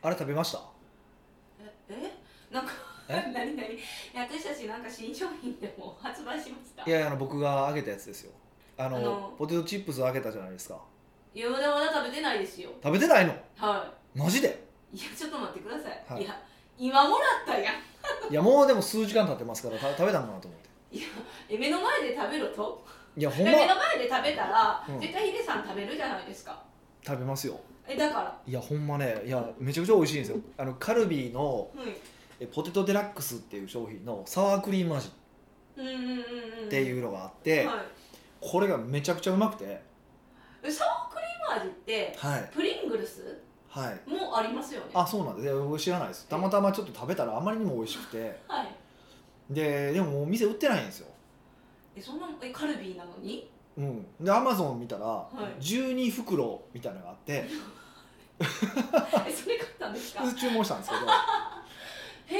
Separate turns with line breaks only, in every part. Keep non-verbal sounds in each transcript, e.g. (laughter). あれ食べました
ええなんか
え
(laughs) 何何いや私たちなんか新商品でも発売しました
いやいやあの僕が揚げたやつですよあの
あの
ポテトチップス揚げたじゃないですか
いやまだまだ食べてないですよ
食べてないの
は
マジで
いいやちょっと待ってください、
はい
い、や今もらったやん
いやもうでも数時間経ってますからた食べたのかなと思って
え目の前で食べろと、
いやほんま
目の前で食べたら、
うん
絶対ヒデさん食べるじゃないですか
食べますよ
えだから
いやほんまねいやめちゃくちゃ美味しいんですよあのカルビーの
はい
えポテトデラックスっていう商品のサワークリーム味
うんうんうんうん
って
う、
いうのがあって、
はい
これがめちゃくちゃうまくて
え、サワークリーム味って
はい
プリングルス
はい
もありますよね
あそうなんですいや僕知らないですたまたまちょっと食べたらあまりにも美味しくて
はい
ででももう店売ってないんですよ
えそんなえカルビーなの
(laughs)
に
うんでアマゾン見たら
い
12袋みたいなのがあって
えそれ買ったんですか
注文したんです
へ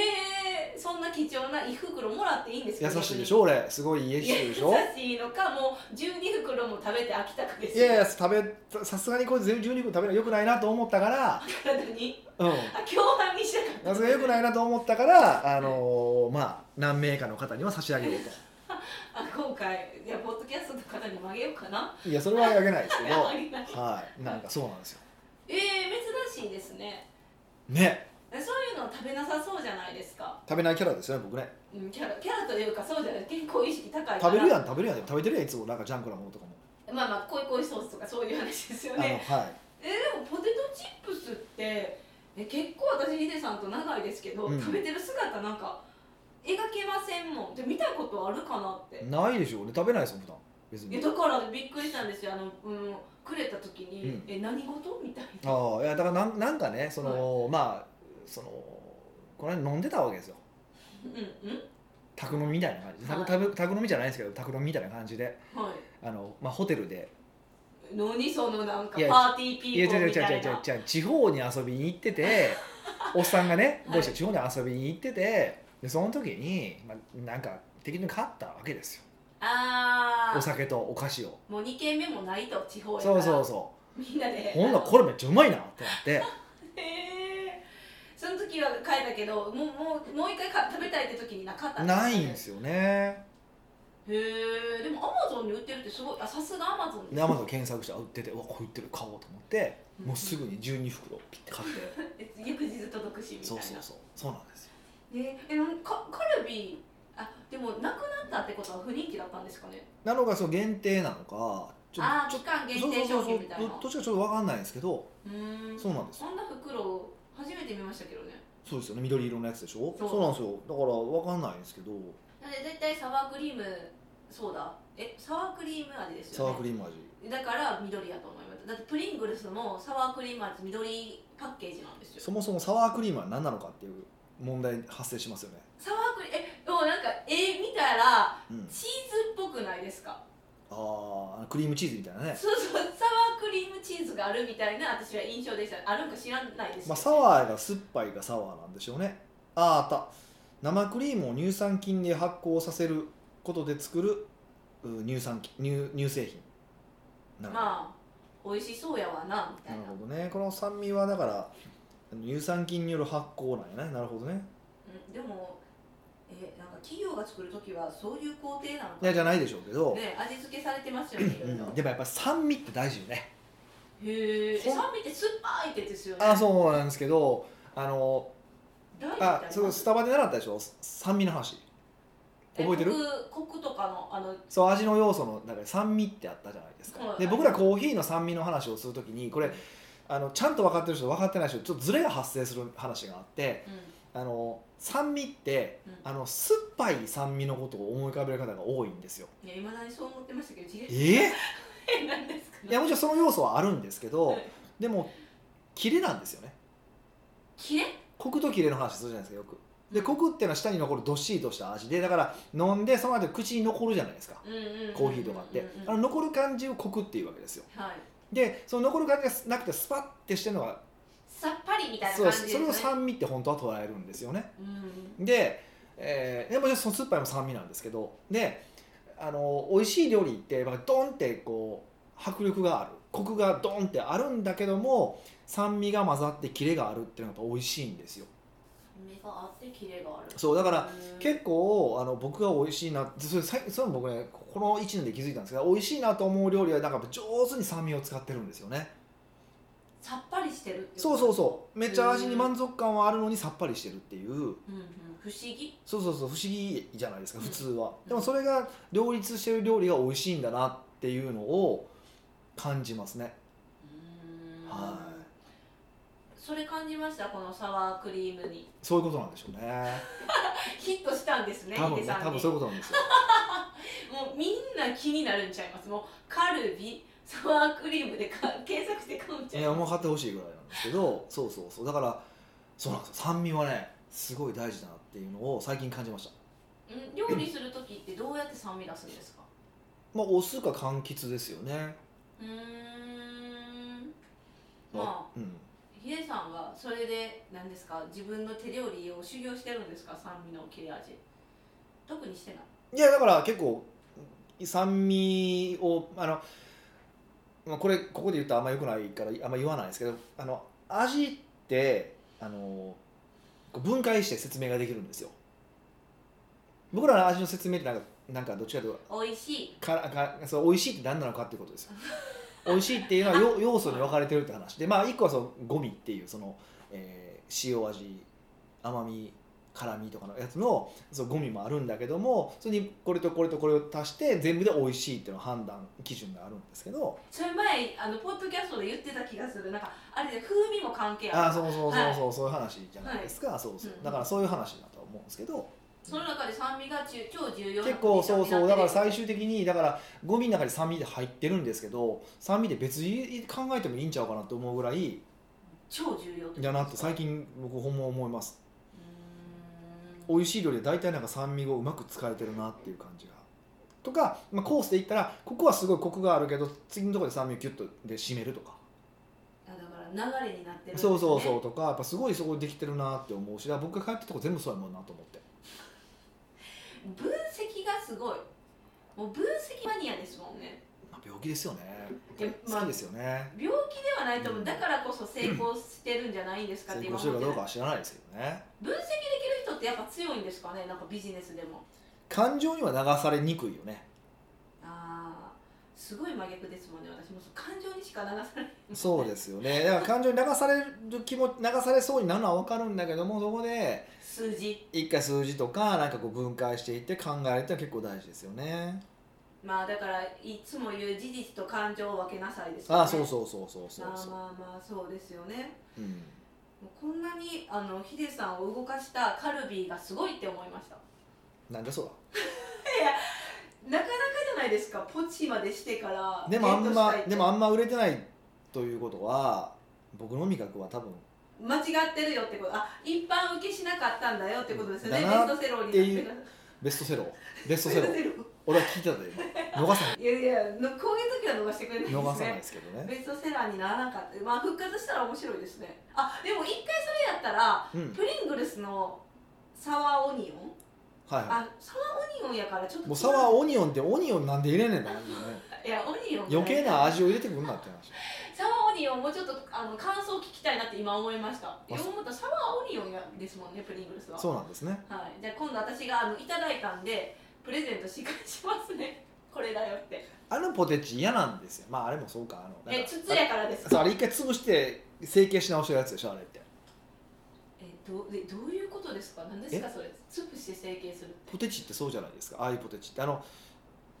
えそんな貴重な一袋もらっていいんです
け
(laughs) か
ど優しいでし
ょ
ょ俺すごい優しいでしょ
優しいのかもう12袋も食べて飽きたくです
いやいや食べさすがにこれ全部12個食べるのよくないなと思ったから
体に
うん
あ共犯にしたかった
さすがによくないなと思ったからあのーまあ何名かの方には差し上げようと
あ今回じゃあポッドキャストの方にもあげようかない
やそれはあげないですけ
(laughs) あげない
どはいなんかそうなんですよ
ええ珍しいですね
ね
えそういうの食べなさそうじゃないですか
食べないキャラですよね僕ね
うんキャラキャラというかそうじゃない健康意識高いから
食べるやん食べるやんでも食べてるやんいつもなんかジャンクなものとかも
まあまあ恋恋ソースとかそういう話ですよ
あの
ね
はい
えでもポテトチップスってえ結構私ヒデさんと長いですけど、
うん
食べてる姿なんか描けませんもんで見たことあるかなって、
ないでしょ俺食べないですもん普段別
いや
に
だからびっくりしたんですよあの、うん、くれた時に
うん
「え何事?」みたいな
ああいやだからなんなんかねその、まあそのこの間飲んでたわけですよ
うんうん
宅飲みみたいな感じで
はい
宅宅宅飲みじゃないですけど宅飲みみたいな感じで
はい
あの、まあ、ホテルで
何そのなんか
いや
パーティー
い
ピ
や
ー
違
ポ
う違う違う
ーみたい
違う
な
違う地方に遊びに行って
(laughs)
ておっさんがね
はい
どうして地方に遊びに行っててでその時に、まあ、なんか適当に買ったわけですよ
あ
お
あ
酒とお菓子を
もう2軒目もないと地方やか
そう
ら
そうそ
みんな
う
で
ほんならこれめっちゃうまいなってなって
(laughs) へえその時は買えたけどもうもうもう一回か食べたいって時になかった
ないんですすよね
ねへえでもアマゾンに売ってるってすごいあさすがアマゾン
でアマゾン検索してあ売っててうわこれ売ってる買おうと思ってもうす
ぐ
ぐに12袋ピッて買って
翌日届くしみたい
そう
な
そうそうそうなんですよ
ええなんかカルビあでもなくなったってことは不人気だったんですかね
なのがその限定なのかちょ
ああ
ちょ
期間限定
そうそ
商
う
品
そう
みたい
どどっ
な
ちかちょっと分かんないんですけど
うーん
そうなんですよ
そんな袋初めて見ましたけどね
そうですよね緑色のやつでしょ
そう
なんですよだから分かんないんですけど
だって絶対サワークリームそうだえサワークリーム味ですよね
サワークリーム味
だから緑やと思いますだってプリングルスもサワークリーム味緑パッケージなんですよ
そもそもサワークリームは何なのかっていう問題発生しますよね
サワークリームえでもなんか絵見たら
うん
チーズっぽくないですか
あーあのクリームチーズみたいなね
そうそうサワークリームチーズがあるみたいな私は印象でしたあるんか知らないです
まあサワーが酸っぱいがサワーなんでしょうねあーあった生クリームを乳酸菌で発酵させることで作るう乳酸菌乳乳製品なるほど
まあ美味しそうやわなみた
ないる
な、うん、
ほどねこの酸味はだから乳酸菌による発酵なんやねなるほどね
でもえなんか企業が作る時はそういう工程なのか
いやじゃないでしょうけど、
ね味付けされてますよねいろ
う
いろ
んでもやっぱり酸味って大事よね
へえ
ほん
酸味って酸っぱいってですよね
あそうなんですけどあの
大事みたい
あ
な
そうスタバで習ったでしょ酸味の話覚えてる
コクコクとかのあの
そう味の要素のだから酸味ってあったじゃないですか、
はい
で僕らコーヒーの酸味の話をするときにこれあのちゃんと分かってる人と分かってない人ちょっとズレが発生する話があって
う
あの酸味って
んうん
あの酸っぱい酸味のことを思い浮かべる方が多いんですよ
いや、いまだにそう思ってましたけど、違う。
え
え、なんですか、
えいやもちろんその要素はあるんですけど、
はい
でもキレなんですよね
キレ
コクとキレの話するじゃないですかよくでコクっていうのは舌に残るどっしりとした味でだから飲んでその後口に残るじゃないですか
うんうんうん
コーヒーとかって
うんうん
あの残る感じをコクっていうわけですよ
はい。
でその残る感じがなくてスパッてしてるのが
さっぱりみたいな
そう
感
で
じですす
そ
ね。
れを酸味って本当は捉えるんですよね
うん。
で、えー、でもちろんその酸っぱいも酸味なんですけどであの美味しい料理ってやっぱドンってこう迫力があるコクがドンってあるんだけども酸味が混ざってキレがあるっていうのがやっぱ美味しいんですよ
目があってキレがある
そうだから
うん
結構あの僕が美味しいなそれさそれも僕ねこの1年で気づいたんですけど美味しいなと思う料理はなんか上手に酸味を使ってるんですよね
さっぱりしてるってこと
そうそうそうめっちゃ味に満足感はあるのにさっぱりしてるっていう
うんうん不思議
そうそうそう不思議じゃないですか
うん
普通は
うん
でもそれが両立してる料理が美味しいんだなっていうのを感じますね
うーん
はい
それ感じましたこのサワークリームに (laughs)
そういうことなんでしょうね
ヒットしたんですね
多分
ヒデ
ね
さんに
多分そういうことなんですよ
もうみんな気になるんちゃいますもうカルビ (laughs) サワークリームでか検索して買うんちゃ
い
い
や
ます
もう買ってほしいぐらいなんですけどそうそうそうだからそうなんですよ酸味はねすごい大事だなっていうのを最近感じました
うん料理する時ってどうやって酸味出すんですか
まあお酢か柑橘ですよね
うーんまあ
うん
ヒデさんはそれで何ですか自分の手料理を修行してるんですか酸味の切れ味特にしてない
いやだから結構酸味をあの、まあ、これここで言ったらあんま良くないからあんま言わないですけどあの味ってあのこう分解して説明ができるんですよ僕らの味の説明ってなんかなんかどっちかというと
美味しい
からかそう美味しいって何なのかっていうことですよ (laughs) 美味しいっていうのは要要素に分かれてるって話でまあ一個はそのゴミっていうその、えー塩味甘み辛みとかのやつのそうゴミもあるんだけどもそれにこれとこれとこれを足して全部で美味しいっていうのを判断基準があるんですけど
それ前あのポッドキャストで言ってた気がするなんかあれで風味も関係
あ
あ
あ
る
そうそうそうそう、そういう話じゃないですか、そうそう
うん
だからそういう話だと思うんですけど
その中で酸味が中超重要な
結構そうそうだから最
初
終的にだからゴミの中に酸味で入ってるんですけど酸味で別に考えてもいいんちゃうかなと思うぐらい
超重要ってことですか
だなって最近僕ほんま思います
うーん
美味しい料理で大体なんか酸味をうまく使えてるなっていう感じがとか、まあ、コースでいったらここはすごいコクがあるけど次のところで酸味をキュッとで締めるとか、
あだから流れになってるんですね
そうそうそうとかやっぱすごいそこできてるなって思うしだから僕が帰ったとこ全部そうやもんなと思って
分析がすごいもう分析マニアですもんね
まあ病気ですよね
えま
好
あ
きですよね
病気ではないと思う、だからこそ成功してるんじゃないんですかっ
成
て
功
今
して
思
るかど
ってる
うかは知らないですけどね
分析できる人ってやっぱ強いんですかねなんかビジネスでも
感情には流されにくいよね
ああすごい真逆ですもんね私もそう感情にしか流されない
そうですよねだから感情に流される気も流されそうになるのは分かるんだけどもそこで
数字
一回数字とかなんかこう分解していって考えるって結構大事ですよね
まあだからいつも言う事実と感情を分けなさいですよね
ああそうそうそうそうそう
まあ
そう、
まあまあそうですよね
うん、
もうこんなにあのヒデさんを動かしたカルビーがすごいって思いました
なんでそう
なかなかじゃないですかポチまでしてから
だでもあん
ゲットし
ま
たいって
でもあんま売れてないということは僕の味覚は多分
間違ってるよってことあ一般受けしなかったんだよってことですよねベ
だな
ストセローになって
ベストセロ
(laughs)
ーベストセ
る
ロー俺は聞いてたで今逃さな
(laughs)
い
いやいやのこういう時は逃してくれないですね
逃さないですけどね、
ベストセラーにならなかったまあ復活したら面白いですねあでも一回それやったら
うん、
プリングルスのサワーオニオン
はいは
あサワーオニオンやからちょっ
い
と
もうサワーオニオンってオニオンなんで入れねえんだよね
いやオニオン
余計な味を入れてくるなって話
サワーオニオンもうちょっとあの感想を聞きたいなって今思いました
あそう
思ったサワーオニオンやですもんねプリングルスは
そうなんですね
はい、じゃあ今度私があのいただいたんでプレゼントし返しますねこれだよって
あのポテチ嫌なんですよまああれもそうかあのなん
え
か
筒やからです
そうあれ一回潰して成形し直してるやつでしょあれって
えどうえどういうことですか何ですかそれ潰して成形する
ポテチってそうじゃないですかああいうポテチってあの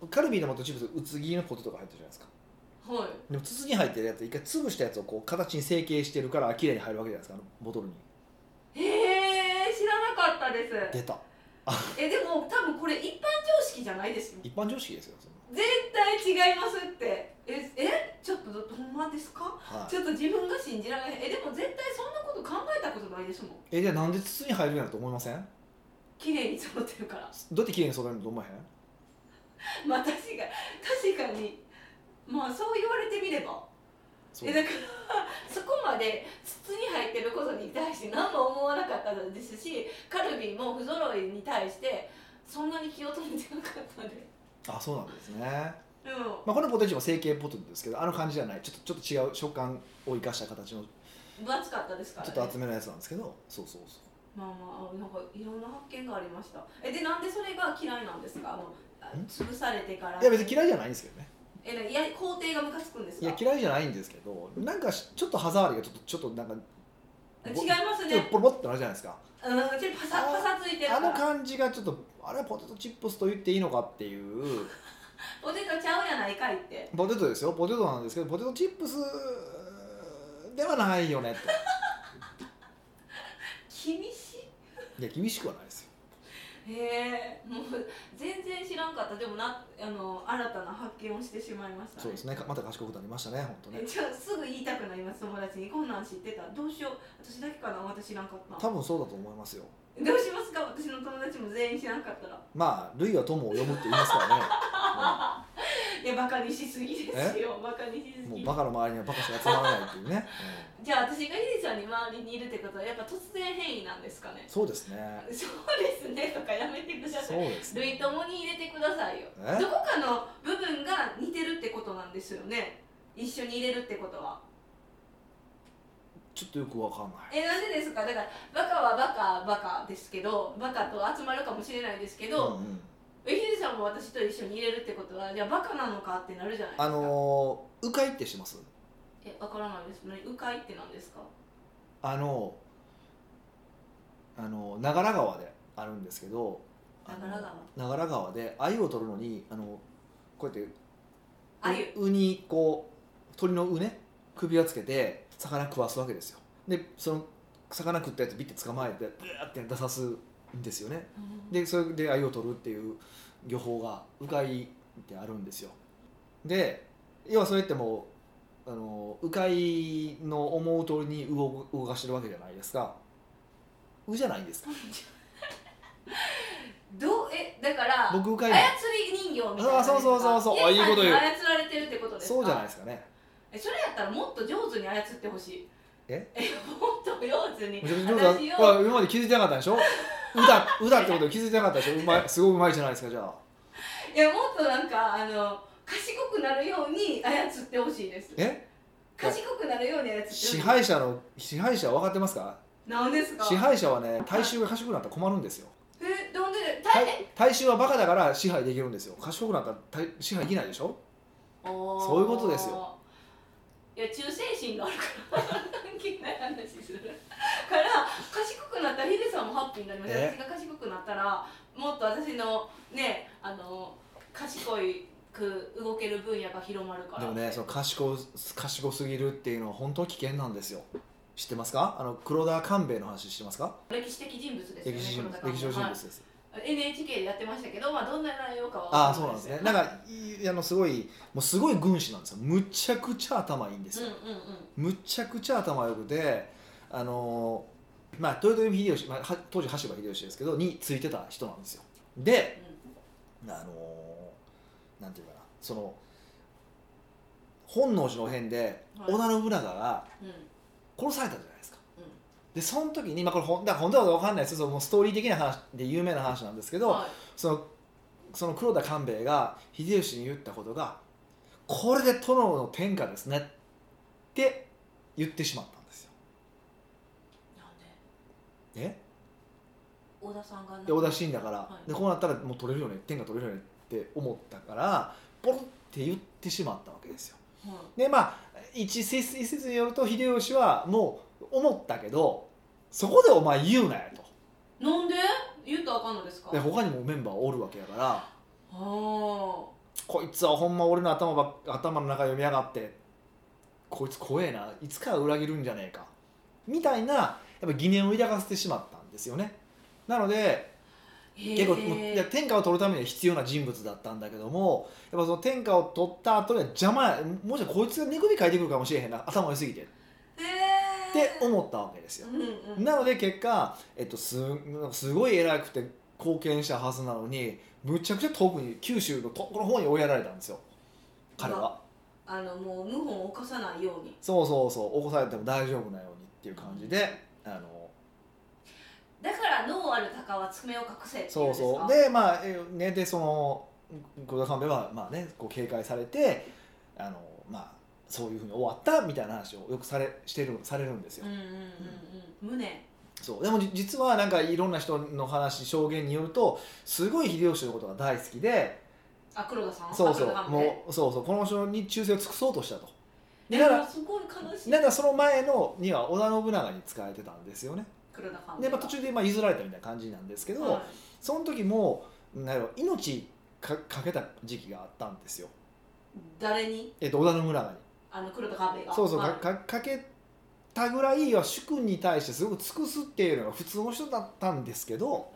カルビーのポテチップスうつ切りのポテトが入ってるじゃないですか
はい
でも筒に入ってるやつ一回潰したやつをこう形に成形してるから綺麗に入るわけじゃないですかあのボトルに
へえ知らなかったです
出た
えでも多分これ一般常識じゃないですよ
一般常識ですよその
絶対違いますってええちょっとどほんまですか
はい
ちょっと自分が信じられないえでも絶対そんなこと考えたことないですもん
えじゃあなんで筒に入るんやろと思いません
綺麗に揃ってるから
どうやって綺麗に揃えるのと思えへん
まあ確か確かにまあそう言われてみれば
そう
えだからそこまで筒に入ってることに対して何も思わなかったですしカルビーも不揃いに対してそんなに気を取ってなかったんで
あそうなんですね
う
まあ、このポテチも成形ポテトですけどあの感じじゃないちょっとちょっと違う食感を生かした形のち
ん、分厚かったですから、
ょ
ね、
っと厚めのやつなんですけどそうそうそう
まあまあなんかいろんな発見がありましたえでなんでそれが嫌いなんですかあのあ
ん
潰されてから
いや別に
い
嫌いじゃないんですけどね
えないや工程がムカつくんです
い
か
や嫌いじゃないんですけどなんかしちょっと歯触りがちょっとちょっとなんかぼ
違います
ちょっ
ね
とポロポロってなるじゃないですか
うんちょっとパサパサついてるか
あの
ら
感じがちょっとあれはポテトチップスと言っていいのかっていう
ポテトちゃうやないかいって
ポテトですよポテトなんですけどポテトチップスではないよね
(laughs) 厳し
といや厳しくはないですよ
いへえもう全然知らんかったでもなあの新たな発見をしてしまいました、ね、
そうですねかまた賢くなりましたね本当ね
えじゃあすぐ言いたくなります友達にこんなん知ってたどうしよう私だけかな私知らんかった
多分そうだと思いますよ
どうしますか私の友達も全員知らんかったら
まあ類は友を呼ぶって言いますからね、
(laughs) いやバカにしすぎですよバカにし (laughs)
うん
す
も
ぎ
うバカの周りにはバカしか集まらないっていうね、
じゃあ私がヒデちゃんに周りにいるってことはやっぱ突然変異なんですかね
うんそうですね
そうですねとかやめてくださ
そ
いう
ですね
類ともに入れてくださいよ
え
どこかの部分が似てるってことなんですよね一緒に入れるってことは
ちょっとよくわかんない
えなんでですかだからバカはバカバカですけどバカと集まるかもしれないですけ
うん
ど、
うん
えヒデさんも私と一緒に入れるってことはじゃあバカなのかってなるじゃないですか
あのー、迂回ってしてます
えわからないです何迂回ってなんですか
あのあの長良川であるんですけどあの
長良川
長良川で鮎を取るのにあのこうやって
あゆ
うウにこう鳥のうね首輪つけて魚食わすわけですよでその魚食ったやつビッて捕まえてブーって出さすんですよねでそれで鮎を取るっていう漁法が迂回ってあるんですよで要はそれってもうあの迂回の思う通りに魚を動かしてるわけじゃないですかうじゃないんですか
(laughs) どうえだから
僕迂
操
回なん
り人形みたいな
あそうそうそうそう
ヒデさん
あいいこと
に
言う
操られてるってことですか
そうじゃないですかね
えそれやったらもっと上手に操ってほしい
え
もっと上手に
めちゃくちゃ上手だほ
私を
ら今まで気づいてなかったでしょ歌歌ってことに気づいてなかったでしょうまいすごいうまいじゃないですかじゃあ
いやもっとなんかあの賢くなるように操ってほしいです
え
賢くなるように操ってほし
支
い
配者の支配者は分かってますか
なんですか
支配者はね大衆が賢くなったら困るんですよ
えなんで
た
大変
大衆はバカだから支配できるんですよ賢くなったら大支配できないでしょ
そ
そういうことですよ。
いや忠誠心があるから (laughs) 関係ない話するから賢くなったらヒデさんもハッピーになります
え
私が賢くなったらもっと私のねあの賢いく動ける分野が広まるから
でもねその賢す賢すぎるっていうのは本当に危険なんですよ知ってますかあの黒田官兵衛の話知ってますか
歴史的人物ですよね
歴史人物
この方
歴史上人物
は
で
い
す、
NHK でやってましたけど、まあ、どんな内容かは
ああそうなんですねなん
か
かいあのすごいもうすごい軍師なんですよむちゃくちゃ頭いいんです
うん
よ、
うんうん
むちゃくちゃ頭良くてあのーまあ豊臣秀吉、まあ、は当時羽柴秀吉ですけどについてた人なんですよであのーなんていうかなその本能寺の変で
はい
織田信長が
うんうん
殺されたじゃないですか、
うん
でその時に、まあ、これ本だから本当は分かんないですよそのもうストーリー的な話で有名な話なんですけど、
はい
そのその黒田官兵衛が秀吉に言ったことが「これで殿の天下ですね」って言ってしまったんですよ。
なんで
え
小田さんがなん
で
か
織田信だから、
はい
でこうなったらもう取れるよね天下取れるよねって思ったからポロって言ってしまったわけですよ。
はい
でまあ一説一説によると秀吉はもう思ったけどそこでお前言うなよと。
なんで言うとあかんのですか
で他にもメンバーおるわけやから
あー
こいつはほんま俺の頭ばっ頭の中読みやがってこいつ怖えないつかは裏切るんじゃねえかみたいなやっぱ疑念を抱かせてしまったんですよねなので結構もういや天下を取るためには必要な人物だったんだけどもやっぱその天下を取った後には邪魔やもしかしたらこいつが寝首かいてくるかもしれへんな頭良すぎてっ
へ
て
ー
思ったわけですよ
うんうん、
なので結果、えっと、すすごい偉くて貢献したはずなのにむちゃくちゃ遠くに九州の遠くの方に追いやられたんですよ彼は。
あのもう謀反を起こさないように
そうそうそう起こされても大丈夫なようにっていう感じで、あの
だから脳ある鷹は爪を隠せってい
そう
う
そ
ん
う
ですか
でまあえねでその黒田官兵衛はまあねこう警戒されてあのまあそういうふうに終わったみたいな話をよくされしてるされるんですよ、
うんうんうんうん無念
そうでもじ実はなんかいろんな人の話証言によるとすごい秀吉のことが大好きで
あ黒田さん
そうそ
あ黒田
う
さんね
もうそうそうこの人に忠誠を尽くそうとしたと
で
だから
もすごい悲しい
だからその前のには織田信長に仕えてたんですよね
黒田さん
で、まあ、途中でまあ譲られたみたいな感じなんですけど、
はい
その時もなんやろ命かかけた時期があったんですよ、
誰に
えっと織田信長に
あの黒田官兵衛が
そうそう、
はい
かかかけたぐらいは主君に対してすごく尽くすっていうのが普通の人だったんですけど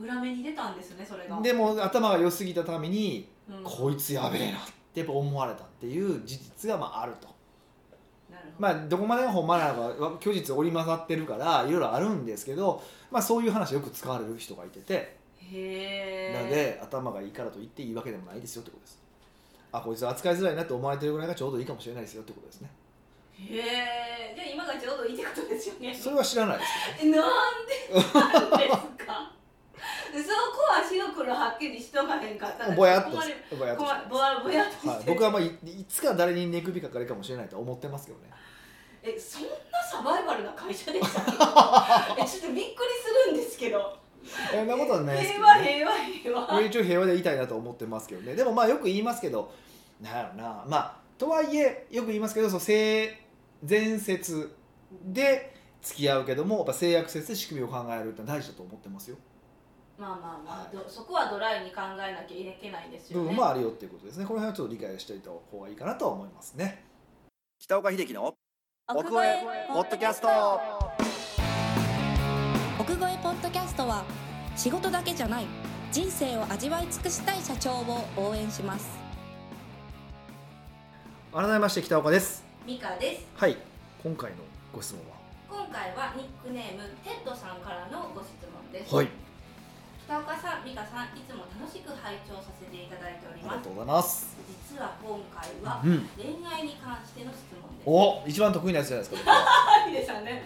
裏目に出たんですねそれが
でも頭が良すぎたために、
うん
こいつやべえなってやっぱ思われたっていう事実がまああると。
なるほど
まあ、どこまでがほんまなのかは虚実織り交ざってるからいろいろあるんですけど、まあ、そういう話よく使われる人がいてて、
へえ
なので頭がいいからと言っていいわけでもないですよってことですあこいつ扱いづらいなって思われてるぐらいがちょうどいいかもしれないですよってことですね
へえじゃあ今がちょうどいいってことですよね
それは知らないです (laughs)
えなんでなんですかそこは白黒はっきりしとかへんかっ
け
た
ど
ら
ぼやっと
困
です
る
ぼやっと
困
し
るぼやぼやっとしてて
はい、僕はまあいいつか誰に寝首かかるかもしれないとは思ってますけどね
えそんなサバイバルな会社
(laughs)
でしたっけえちょっとびっくりするんですけど
そんなことはないですけ
平
ど、
和
ね、
平和平
(laughs)
和
一応平和でいたいなと思ってますけどねでもまあよく言いますけどなんやろなまあとはいえよく言いますけどその性善説で付き合うけどもやっぱ性悪説で仕組みを考えるって大事だと思ってますよ
まあまあまあ、
はい
どそこはドライに考えなきゃいけないんですよ
部
ね
分もあるよっていうことですねこの辺はちょっと理解しておいた方がいいかなとは思いますね北岡秀樹の
奥越えポッドキャスト奥越えポッドキャストは仕事だけじゃない人生を味わい尽くしたい社長を応援します
改めまして北岡です
ミカです
はい今回のご質問
今回はニックネームテッドさんからのご質問です、
ははい
北岡さんミカさんいつも楽しく拝聴させていただいており
ありが
ます
とうございます
実は今回は
うん
恋愛に関しての質問です
お一番得意なやつじゃないですか僕
はいでしたね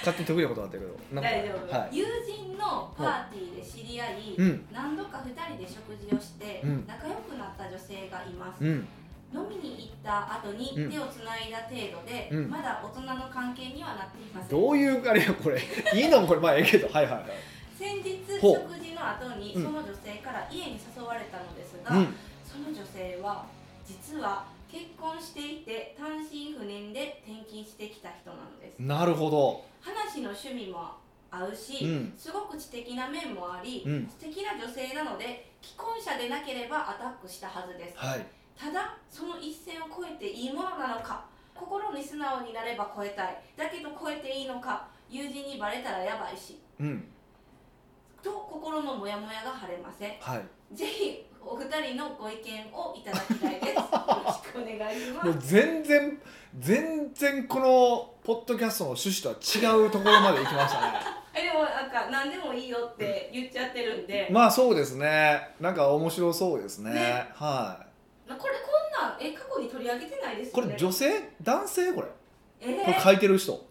勝手に得意なことになってるけどなんかは
大丈夫、
い
友人のパーティーで知り合い、
うん
何度か2人で食事をして、
うん
仲良くなった女性がいま
う
す、
ん
飲みに行った後に
うん
手をつないだ程度で、
うん
まだ大人の関係にはなっていません
どういうあれよこれ (laughs) いいのこれまあええけどはいはいはい
先日食
ほう
事の後に
う
そ
ん
の女性から家に誘われたのです
う
が、
ん
その女性は実は結婚していて単身赴任で転勤してきた人なのです
なるほど
話の趣味も合うし、
うん
すごく知的な面もあり、
うん
素敵な女性なので既婚者でなければアタックしたはずです
はい
ただその一線を越えていいものなのか心に素直になれば越えたいだけど越えていいのか友人にバレたらやばいし
うん
と心のモヤモヤが晴れません
はい
ぜひお二人のご意見をいただきたいですよろしくお願いします
もう全然全然このポッドキャストの趣旨とは違うところまで行きましたね
(laughs) えでもなんか何でもいいよって言っちゃってるんで、
まあそうですねなんか面白そうですね
ね
は
まあこれこんなんえ過去に取り上げてないで
い
す
こ
よね
れ女性男性これ
え
これ
ー、
書いてる人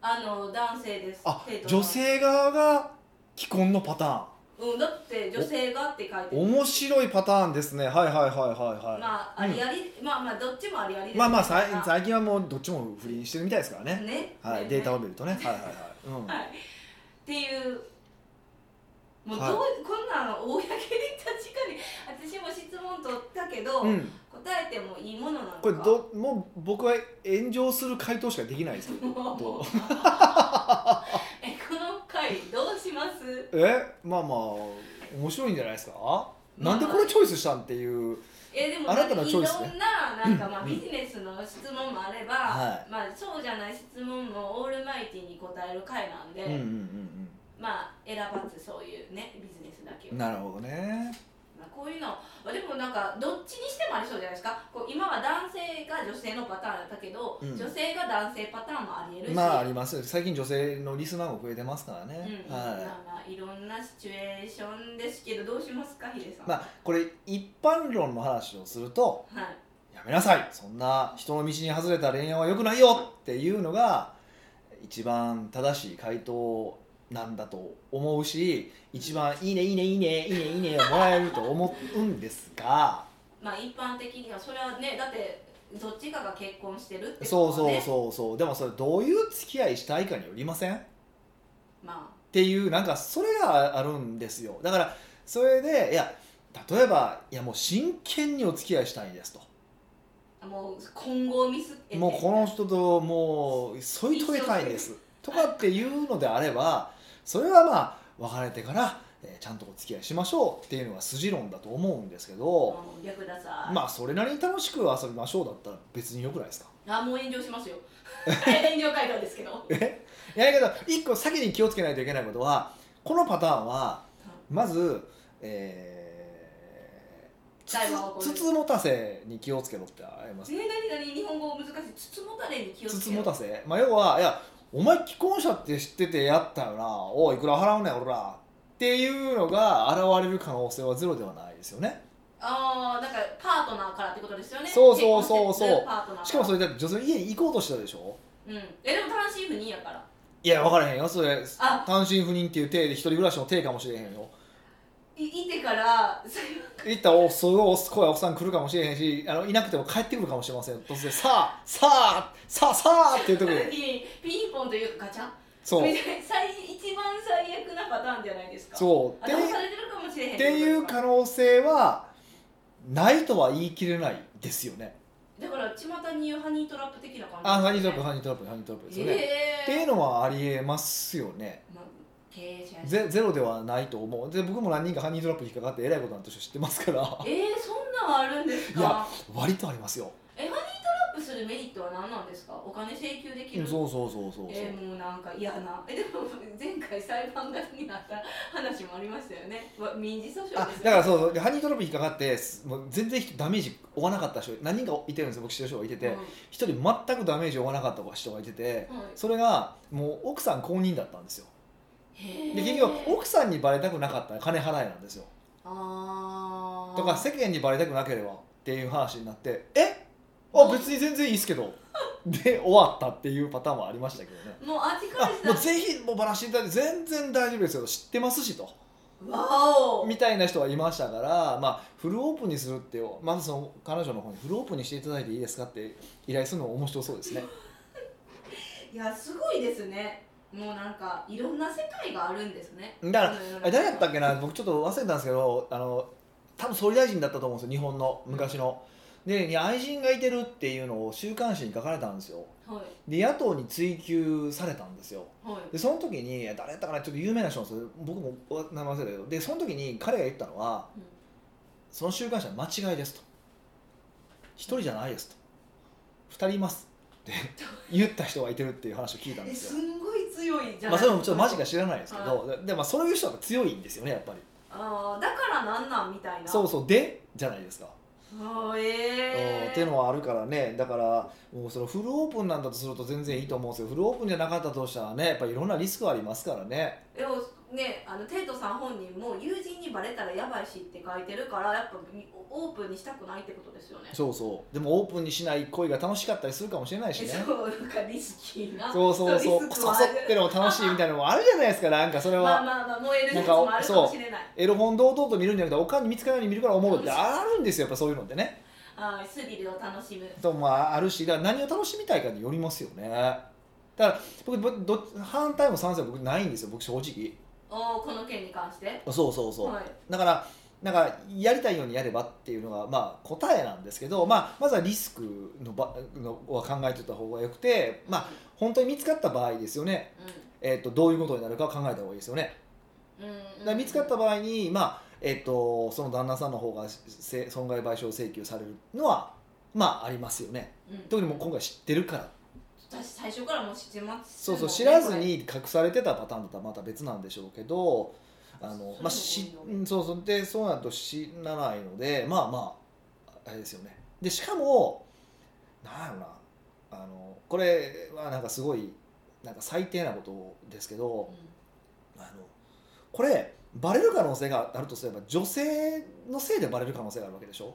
あの男性です
あ
生徒さん
女性側が既婚のパターン
うんだって女性がって書いてる
面白いパターンですねはいはいはいはいはい、
まあありあり、まあまあどっちもありありです
まあまあさい
から
最近はもうどっちも不倫してるみたいですからね
ね、
はい、
ね
データを見るとねはいはいはい、うん
はいっていうもうどう、
はい
こんなの公に確かに私も質問取ったけど、
うん、
答えてもいいものなのか
これどもう僕は炎上する回答しかできないですけど
(laughs) もう
どう
えこの回どうします
えまあまあ面白いんじゃないですかなんでこれチョイスしたんっていう
えでも
あなたのチョイス
い
ね
ろんななんか、まあ、
うん
ビジネスの質問もあれば、
は
まあ、そうじゃない質問もオールマイティに答える回なんで、
うんうん
まあ選ばずそういうねビジネスだけ
うん
を
うんなるほどね
まあこういうのあでもなんかどっちにしてもありそうじゃないですかこう今は男性が女性のパターンだったけど、
うん
女性が男性パターンもありえるし、
まあありますよ最近女性のリスナーも増えてますから
うん
ね、
ま
はい、
あまあいろんなシチュエーションですけどどうしますかヒデさん、
まあこれ一般論の話をすると
はい、
やめなさいそんな人の道に外れた恋愛は良くないよっていうのが一番正しい回答なんだと思うし一番「いいねいいねいいねいいねいいね」をもらえると思うんですが
まあ一般的にはそれはねだってどっちかが結婚してるって
そう
は
そうそうそうでもそれどういう付き合いしたいかによりません
ま
っていうなんかそれがあるんですよだからそれでいや例えばいやもう真剣にお付き合いしたいですと、
あもう今後を見据えて
もうこの人ともう添い遂げたいんですとかっていうのであればそれはまあ別れてから、えーちゃんとお付き合いしましょうっていうのが筋論だと思うんですけど
うん逆ださ、
まあそれなりに楽しく遊びましょうだったら別によくないですか
あもう炎上
(laughs)
しますよ炎上街道ですけど
いやだけど一個先に気をつけないといけないことはこのパターンはまず、えーつ
大魔王
つつつもたせに気をつけろってあります
ねえ何々日本語難しいつつもたれに気を
つ
つ
つ
け
も
ろ
たせ、まあ、要はいやお前既婚者って知っててやったよなおいいくら払うねん俺らっていうのが現れる可能性はゼロではないですよね
ああなんかパートナーからってことですよね
そうそうそうそう
結婚してるパートナー
しかもそ
れ
れだって女性の家に行こうとしたでしょ
うんえでも単身赴任やから
いや分からへんよそれ
あ
単身赴任っていう体で一人暮らしの体かもしれへんよ
いいてからそれは
行ったらおすごい怖いおっさん来るかもしれへんしあのいなくても帰ってくるかもしれません突然さあさあさあさあっていうとこで
ピンポンというかガチャン
そう
(laughs) みたいな最一番最悪なパターンじゃないですかう
そうって
騙されてるかもしれへん
っていう可能性はないとは言い切れないですよね。
だから巷に言うハニートラップ的な感じ
あハニートラップ
ッ
ハニートラップハニートラップですよね。
ええ
っていうのはありえますよね。
まあ、経営者やし
ゼゼロではないと思うで僕も何人かハニートラップに引っかかってえらいことなんて知ってますから
えー、そんなんあるんですか
いや (laughs) 割とありますよ。
アップするメリットは何なんですかお金請求でき
そ
る
うそうそうそうそう。
えーもうなんか嫌なえでも前回裁判型になった話もありましたよねわ民事訴訟ですよ
あだからそうそうでハニートラップに引っかかってすもう全然ダメージ負わなかった人何人かいてるんですよ僕知ってる人がいて
うん
て
は
一、人全くダメージ負わなかった人がいてて
い
それがもう奥さん公認だったんですよ。
へー
で結局奥さんにバレたくなかったら金払いなんですよ
あー
とか世間にバレたくなければっていう話になってえあ別に全然いいですけどで終わったっていうパターンもありましたけどね
もう味
あ
返し
も
だ
うぜひもうバラしていただいて全然大丈夫ですよ知ってますしと
わお
みたいな人はいましたから、まあ、フルオープンにするってよまずその彼女の方にフルオープンにしていただいていいですかって依頼するのも面白そうですね
いやすごいですねもうなんかいろんな世界があるんですね
だから
この世の
あ
中
れ誰やったっけな僕ちょっと忘れたんですけどあの多分総理大臣だったと思うんですよ日本の昔の。でいや愛人がいてるっていうのを週刊誌に書かれたんですよ
はい
で野党に追及されたんですよ
はい
でその時に誰やったかなちょっと有名な人なんですよ僕もお名前忘れたけどでその時に彼が言ったのは
うん
その週刊誌は間違いですと一人じゃないですと二人います
(laughs)
って言った人がいてるっていう話を聞いたんで
え
す
す
よ
んごい強いじゃん、
まあそれもちょっとマジか知らないですけど、でまあそういう人が強いんですよねやっぱり
あーだからなんなんみたいな
そうそうでじゃないですか、
あーえ
うん
ー、
っていうのはあるからねだからもうそのフルオープンなんだとすると全然いいと思うんですよフルオープンじゃなかったとしたらねやっぱりいろんなリスクがありますからね
でもねあのテイトさん本人も友人にバレたらやばいしって書いてるからやっぱオープンにしたくないってことですよね。
そうそうでもオープンにしない恋が楽しかったりするかもしれないし
え
ね
(laughs) そうなんかリスキーな。
そうそうそう
リ
こ
スク
そ
は
こそってのも楽しいみたいなのもあるじゃないですかなんかそれは、 (laughs)
まあまあまあ燃えるやつもあるかもしれない。
エロ本堂々と見るんじゃなくておかんに見つかるように見るから思うってあるんですよやっぱそういうのってね
あースリルを楽しむ。
ともまああるしだから何を楽しみたいかによりますよねだから僕僕ど反対も賛成も僕ないんですよ僕正直
おーこの件に関して。
そうそうそう、
はい。
だからなんかやりたいようにやればっていうのがまあ答えなんですけど、まあ、まずはリスクのばのは考えておいた方がよくて、まあ、本当に見つかった場合ですよね、えっとどういうことになるかを考えた方がいいですよね。
うん。
だ
う
から見つかった
ん
場合に、まあえっとその旦那さんの方がせ損害賠償請求されるのはまあありますよね。
うん、
特にもう今回知ってるから
私最初からもう知ってます。
そうそう知らず。に隠されてたパターンだったらまた別なんでしょうけどあのまあ
そう
し
いうの
うんそうそうでそうなると死なないのでまあまああれですよねでしかもなんやろなあのこれはなんかすごいなんか最低なことですけどあのこれバレる可能性があるとすれば女性のせいでバレる可能性があるわけでしょ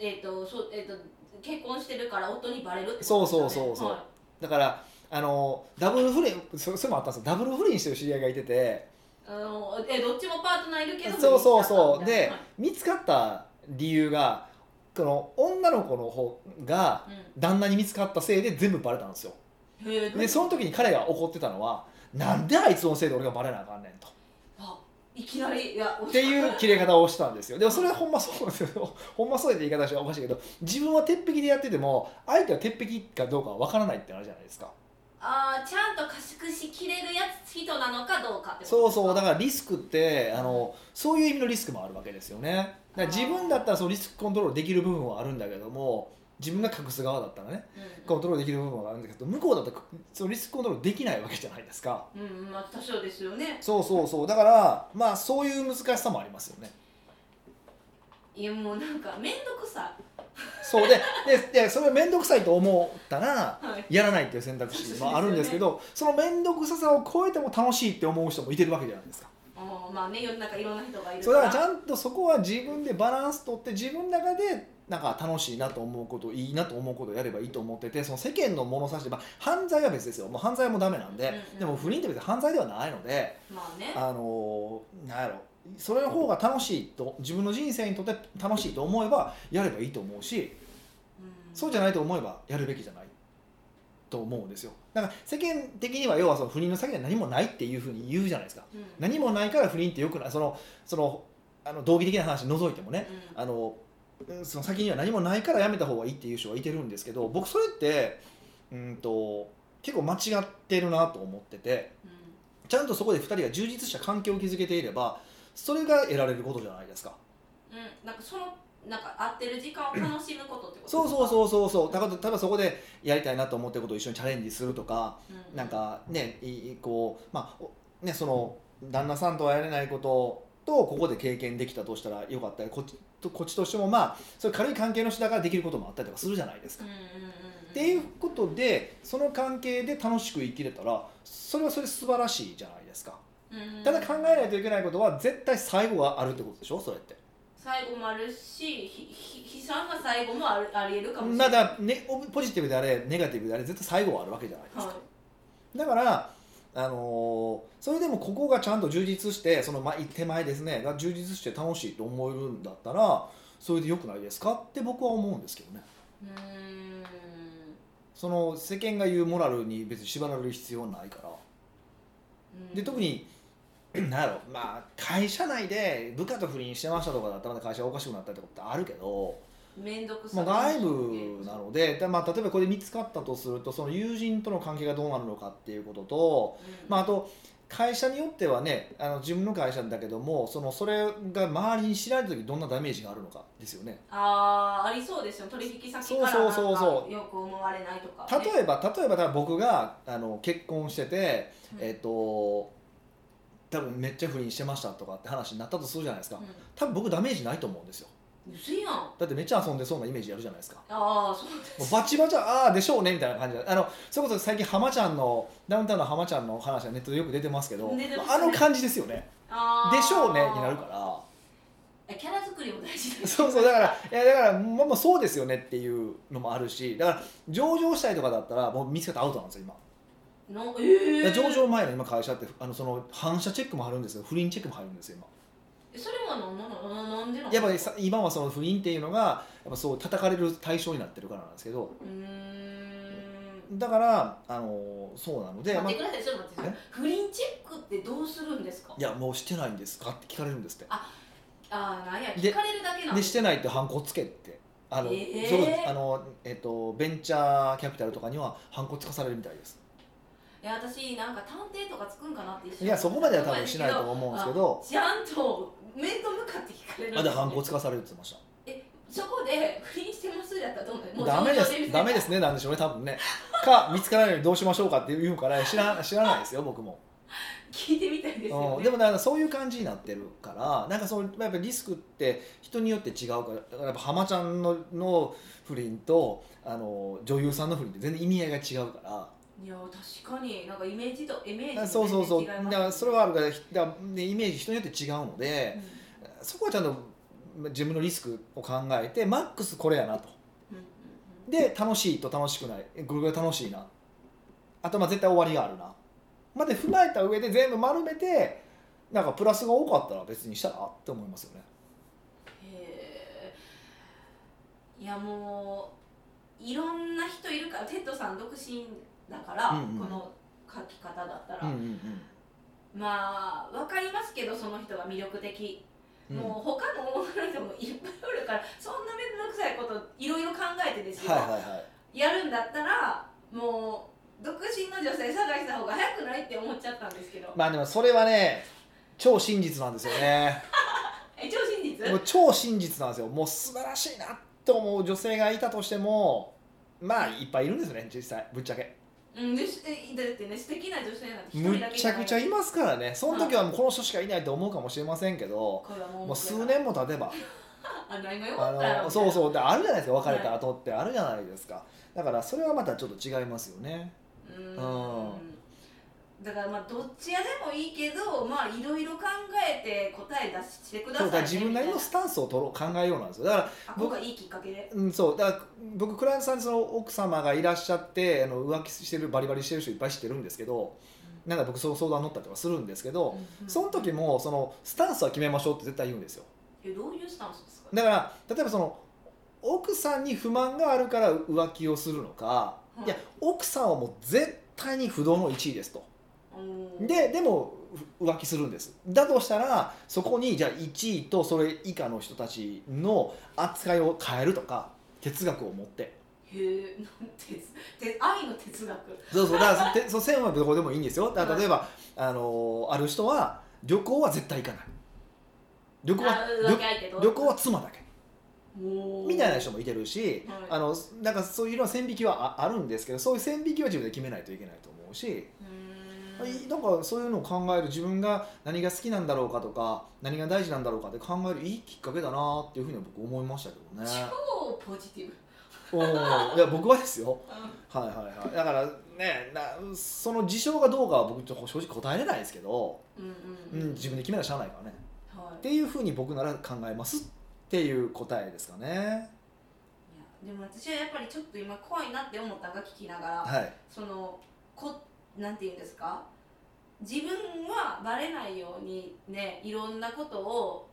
えっ、とそうえっ、と結婚してるから夫にバレるってことです
そ
よ
う
ね
そうそうそう
はい
だからあのダブル不倫そそれもあったんですよダブル不倫してる知り合いがいてて
あのえどっちもパートナーいるけど
そうそうそうで
はい
見つかった理由がこの女の子の方が
う
旦那に見つかったせいで全部バレたんですよ
ん、へえ
でその時に彼が怒ってたのはなんであいつのせいで俺がバレなあかんねんと
あいきなりいや
っていう切れ方をしたんですよでもそれはほんまそうなんですよ (laughs) ほんまそうやって言い方しておかしいけど自分は鉄壁でやってても相手は鉄壁かどうかは分からないってあるじゃないですか
あーちゃんと加速しきれるやつ人なのかどうかってこと
そうそうだからリスクってあのそういう意味のリスクもあるわけですよねだから自分だったらそのリスクコントロールできる部分はあるんだけども自分が隠す側だったらねコントロールできる部分はあるんだけど向こうだったらそのリスクコントロールできないわけじゃないですか
うん、うんまあ多少ですよね
そうそうそうだからまあそういう難しさもありますよね
いやもうなんか面倒くさ
そうでででそれ面倒くさいと思ったら
い、はい、
やらないっていう選択肢もあるんですけどその面倒くささを超えても楽しいって思う人もいてるわけじゃないですか
あーまあね世の中いろんな人がいる
そうだからちゃんとそこは自分でバランス取って自分の中でなんか楽しいなと思うこといいなと思うことをやればいいと思っててその世間の物差しで、まあ、犯罪は別ですよもう犯罪もダメなんで、
うんうん
でも不倫って別に犯罪ではないので
まあね
あのーなんやろそれの方が楽しいと自分の人生にとって楽しいと思えばやればいいと思うし
うん
そうじゃないと思えばやるべきじゃないと思うんですよだから世間的には要はその不倫の先には何もないっていうふうに言うじゃないですか
うん
何もないから不倫ってよくないそのそのあの道義的な話除いてもね
うん
あのうんその先には何もないからやめた方がいいっていう人はいてるんですけど僕それってうんと結構間違ってるなと思ってて
うん
ちゃんとそこで2人が充実した環境を築けていればそれが得られることじゃないですか
うん、なんかそのなんか合ってる時間を楽しむことってこと
そうそう
う、
そうそうそうだから例えばそこでやりたいなと思ってることを一緒にチャレンジするとか
う
なんかねいいこうまあおねその旦那さんとはやれないこととここで経験できたとしたらよかったりこっちとこっちとしてもまあそういう軽い関係の人だからできることもあったりとかするじゃないですか。
うんうんうんん、
っていうことでその関係で楽しく生きれたらそれはそれ素晴らしいじゃないですか
うん
ただ考えないといけないことは絶対最後があるってことでしょそれって
最後もあるしひひ悲惨な最後もあるありえるかもしれな
ま
い
だ、ね、ポジティブであれネガティブであれ絶対最後はあるわけじゃないですか、
は
だから、あのーそれでもここがちゃんと充実してそのまあ手前ですねが充実して楽しいと思えるんだったらそれでよくないですかって僕は思うんですけどね
い、うーん
その世間が言うモラルに別に縛られる必要ないから
うん
で特になんやろまあ会社内で部下と不倫してましたとかだったらまだ会社がおかしくなったりとかってあるけど、
面倒くさ
まあ、
い
外部なので、でまあ、例えばこれ見つかったとするとその友人との関係がどうなるのかっていうことと
うん
まあ、あと会社によってはねあの自分の会社だけどもそのそれが周りに知られた時どんなダメージがあるのかですよね
あーありそうですよ取引先から
そ
な
うそうそうんそ
かよく思われないとか、ね、
例えば例えばだから僕があの結婚してて、
うん
えっ、と多分めっちゃ不倫してましたとかって話になったとするじゃないですか多分僕ダメージないと思うんですよ
うん、薄いやんあ
だってめっちゃ遊んでそうなイメージやるじゃないですか
あそう
もうバチバチああでしょうねみたいな感じであのそれこそ最近浜ちゃんのダウンタウンの浜ちゃんの話はネットでよく出てますけど
出てますね
あの感じですよね
あー
でしょうねになるから。
えキャラ作りも大事だ
(laughs) そうそうだからいやだからまあまあそうですよねっていうのもあるしだから上場したいとかだったらもう見つけたらアウトなんですよ今、
のええ
だから上場前の今会社ってあのその反射チェックもあるんですよ不倫チェックも入るんですよ
それはなんなのななんで
今
なの
やっぱりさ今はその不倫っていうのがやっぱそう叩かれる対象になってるからなんですけど
うーん
だからあのそうなので、
待っ
まあ
て
い
くださいちょっと待ってください不倫チェックってどうするんですか
やもうしてないんですかって聞かれるんですって
ああなんや
で
聞かれるだけなの
でしてないってハンコつけってあの、
えー
そうあのえっとベンチャーキャピタルとかにはハンコつかされるみたいです
いや私なんか探偵とかつくんかなって一瞬
いやそこまでは多分しないと
思
思うんですけど
ちゃんと面と向かって聞かれるん
ま
ですね
だ反抗つかされるって言ってました
そこで不倫してますだったらどうなるもう
ダメで
上場
す
見せた
ダメですねなんでしょうね多分ねか見つからないようにどうしましょうかっていうから知ら知らないですよ僕も
聞いてみたいです
う
よ、
ん
ね、
でもだからそういう感じになってるからなんかそのやっぱりリスクって人によって違うからだからやっぱ浜ちゃんのの不倫とあの女優さんの不倫って全然意味合いが違うから
いや確かになんかイメージとイメージと
そうそうそうだ
全然違い
か
ます
らそれはあるからだからねイメージ人によって違うの
う
で
ん
そこはちゃんと自分のリスクを考えてマックスこれやなと
うんうんうん
で楽しいと楽しくないえこれが楽しいなあとまあ絶対終わりがあるなまで踏まえた上で全部丸めてなんかプラスが多かったら別にしたらって思いますよね
へえいやもういろんな人いるからテッドさん独身だから、
うんうん
この書き方だった
う
ら、
んうん
まあわかりますけどその人が魅力的、
うんうん
もう他の女の人もいっぱいおるからそんな面倒くさいこといろいろ考えてですよ、
はいはいはい
やるんだったらもう独身の女性探した方が早くないって思っちゃったんですけど、
まあでもそれはね超真実なんですよ (laughs) ね
え超真実
もう超真実なんですよもう素晴らしいなと思う女性がいたとしてもまあいっぱいいるんですね実際ぶっちゃけ
うん、でしえだってね素敵な女性なんて一
む
人だ
っ
け
ちゃくちゃ
い
いますからねその時はもうこの人しかいないと思うかもしれませんけど
これはもう
もう数年も経てば
あ何がよかった
あ
よ
のそう
う
そうであるじゃないですか別れた後ってあるじゃないですかだからそれはまたちょっと違いますよね
うん
う
だからまあどっちやでもいいけどまあいろいろ考えて答え出してくださ
そ
い
だ
うね
から自分なりのスタンスを取ろう考えようなんですよだから、
あ今回いいきっかけで
うん、そうだから僕クライアントさんにその奥様がいらっしゃってあの浮気してるバリバリしてる人いっぱい知ってるんですけどなんか僕その相談乗ったりとかするんですけど、その時もそのスタンスは決めましょうって絶対言うんですよ
えどういうスタンスですか
だから例えばその奥さんに不満があるから浮気をするのか、
はい
いや奥さんはもう絶対に不動の1位ですと
うん
ででもう浮気するんですだとしたらそこにじゃあ1位とそれ以下の人たちの扱いを変えるとか哲学を持って
へえなんてて愛の哲学
そうそうだからそ (laughs) てその線はどこでもいいんですよだから
はい
例えば、あのある人は旅行は絶対行かない旅行は
あ
旅
浮気相手と
旅行は妻だけ
もう
みたいな人もいてるし、
はい
あのなんかそういうの線引きはああるんですけどそういう線引きは自分で決めないといけないと思うし、
うーん
いなんかそういうのを考える自分が何が好きなんだろうかとか何が大事なんだろうかって考えるいいきっかけだなっていうふうには僕思いましたけどね
超ポジティブ
お (laughs) ーいや僕はですよ
う
はいはいはいだからねなその事象がどうかは僕ちょっと正直答えれないですけど、
ん
う
うん
ん、
うん
自分で決めなしゃあないからね
は
っ
い
ていうふうに僕なら考えますっていう答えですかね
いやでも私はやっぱりちょっと今怖いなって思ったのが聞きながら、
はい
そのこなんて言うんですか自分はバレないようにねいろんなことを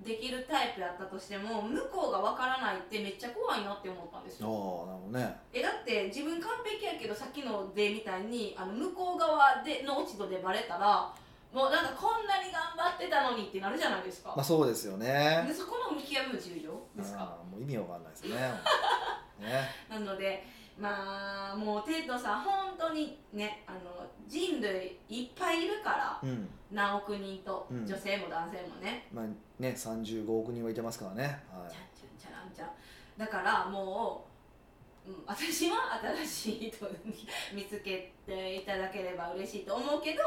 できるタイプだったとしても向こうがわからないってめっちゃ怖いなって思ったんです
ああなる
よ
ほどね
えだって自分完璧やけどさっきのでみたいにあの向こう側での落ち度でバレたらもうなんかこんなに頑張ってたのにってなるじゃないですか、
まあそうですよね
でそこの見極めも重要ですか
あーもう意味わかんないです
(laughs)
ねね
なのでまあもうテッドさん本当にねあの人類いっぱいいるから
うん
何億人と、
うん
女性も男性もね
まあね、35億人はいてますからね、は
ちゃんちゃんちゃんちゃんだからもう、うん、私は新しい人に見つけていただければ嬉しいと思うけど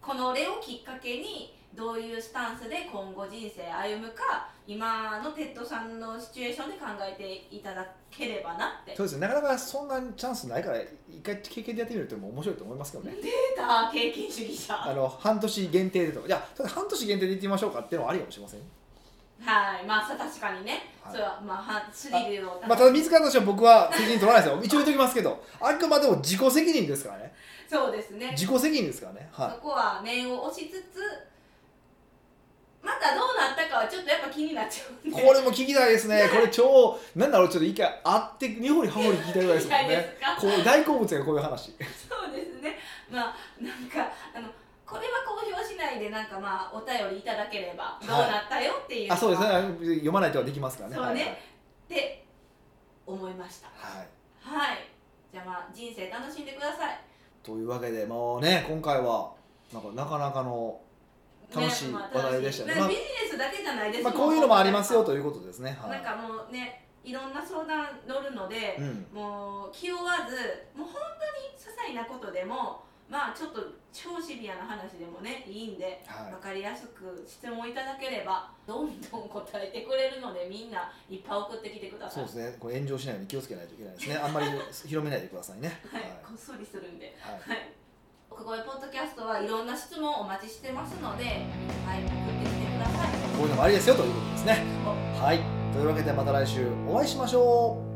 この例をきっかけにどういうスタンスで今後人生歩むか今のテッドさんのシチュエーションで考えていただければなって
い、そうですねなかなかそんなチャンスないから一回経験でやってみるっても面白いと思いますけどね
出た経験主義者
あの半年限定でとかじゃあ半年限定で行ってみましょうかっていうのはありかもしれません、
はい、まあさ確かにね、
はい
それはまあはスリルを、
まあ、ただ自らとしては僕は責任取らないですよ一応言っときますけどあくまでも自己責任ですからね
そうですね。
自己責任ですからねはい
そこは面を押しつつ、またどうなったかはちょっとやっぱ気になっちゃうんで。
これも聞きたいですねこれ超なんだろうちょっと一回あって根掘り葉掘り聞きたいぐらいですもん
いいで
ね
すか。
こう大好物がこういう話
(laughs) そうですね。まあなんかあのこれは公表しないでなんかまあお便りいただければ
い
どうなったよっていうのは、
あそうですね読まないとはできますからね
そうね
はいはい
って思いました。
はい
はい。じゃあまあ人生楽しんでください。
というわけでもうね今回はなんかなかなかの、楽しい話題でしたね
ねま
まあ
あ楽しいビジネスだけじゃないです
まあ、
ん
こういうのもありますよということですねは
なん
い、
かもうねいろんな相談乗るので
う、ん、
もう気負わずもう本当に些細なことでもまあちょっと超シビアな話でもねいいんで、
は
わ
い
分かりやすく質問いただければどんどん答えてくれるのでみんないっぱい送ってきてくださ
そ
いう
ですねこれ炎上しないように気をつけないといけないですねあんまり広めないでくださいね
はい、こ
は
っそりするんで
い、はい
はい奥越ポッドキャストはいろんな質問お待ちしてますのではい送ってきてください
こういうのもありですよということですねはいというわけでまた来週お会いしましょう